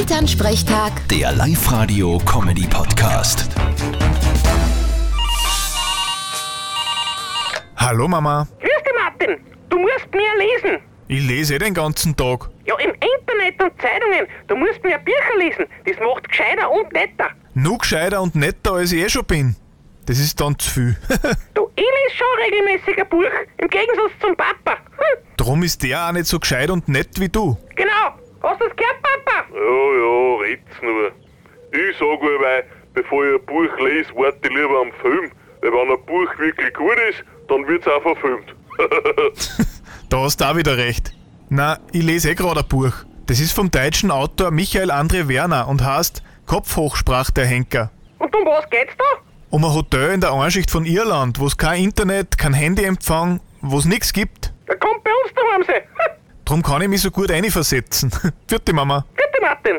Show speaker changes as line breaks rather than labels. Elternsprechtag,
Der Live-Radio-Comedy-Podcast.
Hallo Mama,
Grüß dich, Martin. Du musst mir lesen.
ich lese eh den ganzen Tag.
Ja, im Internet und Zeitungen. Du musst mir Bücher lesen. Das macht gescheiter und netter.
Nur gescheiter und netter als ich eh schon bin. Das ist dann zu viel.
Du, ich lese schon regelmäßig ein Buch. Im Gegensatz zum Papa. Hm,
Drum ist der auch nicht so gescheit und nett wie du.
genau. Hast du das gehört, Papa?
Ja, ja, red's nur. Ich sag allweil, bevor ich ein Buch lese, warte ich lieber am Film. Weil wenn ein Buch wirklich gut ist, dann wird's auch verfilmt.
Da hast du auch wieder recht. Na, ich lese eh gerade ein Buch. Das ist vom deutschen Autor Michael André Werner und heißt Kopf hoch, sprach der Henker.
Und um was geht's da?
Um ein Hotel in der Einschicht von Irland, wo es kein Internet, kein Handyempfang, wo es nichts gibt.
Da kommt bei uns daheim sein. Hm,
Drum kann ich mich so gut einversetzen. Vierte Mama.
Bitte, Martin.